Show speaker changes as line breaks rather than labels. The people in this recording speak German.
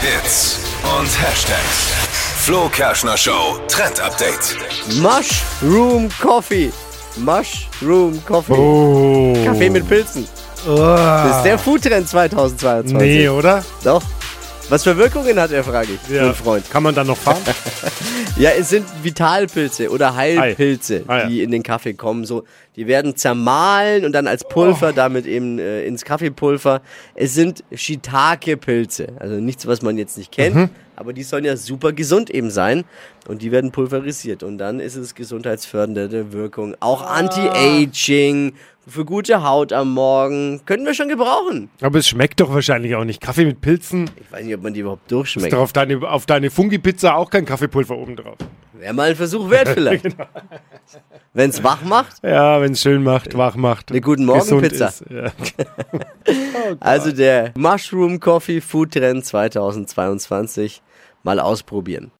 Hits und Hashtags. Flo Kerschner Show Trend Update.
Mushroom Coffee. Mushroom Coffee.
Oh. Ah.
Kaffee mit Pilzen. Das ist der Foodtrend 2022.
Nee, oder?
Doch. Was für Wirkungen hat er, frage ich, mein Freund.
Kann man dann noch fahren?
Ja, es sind Vitalpilze oder Heilpilze,
Ah, ja.
die in den Kaffee kommen. So, die werden zermahlen und dann als Pulver,
Oh.
damit eben äh, ins Kaffeepulver. Es sind Shiitake-Pilze, also nichts, was man jetzt nicht kennt,
Mhm.
aber die sollen ja super gesund eben sein und die werden pulverisiert und dann ist es gesundheitsfördernde Wirkung. Auch
Ah.
Anti-Aging, für gute Haut am Morgen, können wir schon gebrauchen.
Aber es schmeckt doch wahrscheinlich auch nicht. Kaffee mit Pilzen.
Ich weiß nicht, ob man die überhaupt
Ist
durchschmeckt.
doch auf deine, auf deine Fungi-Pizza auch kein Kaffeepulver oben drauf.
Wäre mal ein Versuch wert vielleicht.
Genau.
Wenn es wach macht.
Ja, wenn es schön macht, wach macht.
Eine guten
gesund
Morgen-Pizza.
ist. Ja.
Also der Mushroom Coffee Food Trend 2022 mal ausprobieren.